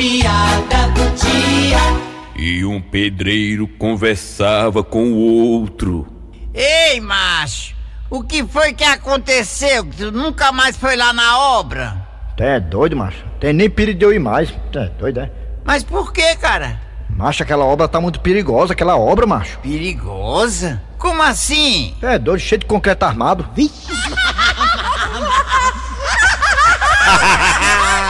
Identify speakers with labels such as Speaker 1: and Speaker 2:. Speaker 1: piada do dia.
Speaker 2: E um pedreiro conversava com o outro.
Speaker 3: Ei, macho, o que foi que aconteceu? que Tu nunca mais foi lá na obra?
Speaker 4: Tu é doido, macho. Tem nem perigo de eu ir mais. Tu é doido, é?
Speaker 3: Mas por que, cara?
Speaker 4: Macho, aquela obra tá muito perigosa, aquela obra, macho.
Speaker 3: Perigosa? Como assim?
Speaker 4: Tu é doido, cheio de concreto armado. Vixe!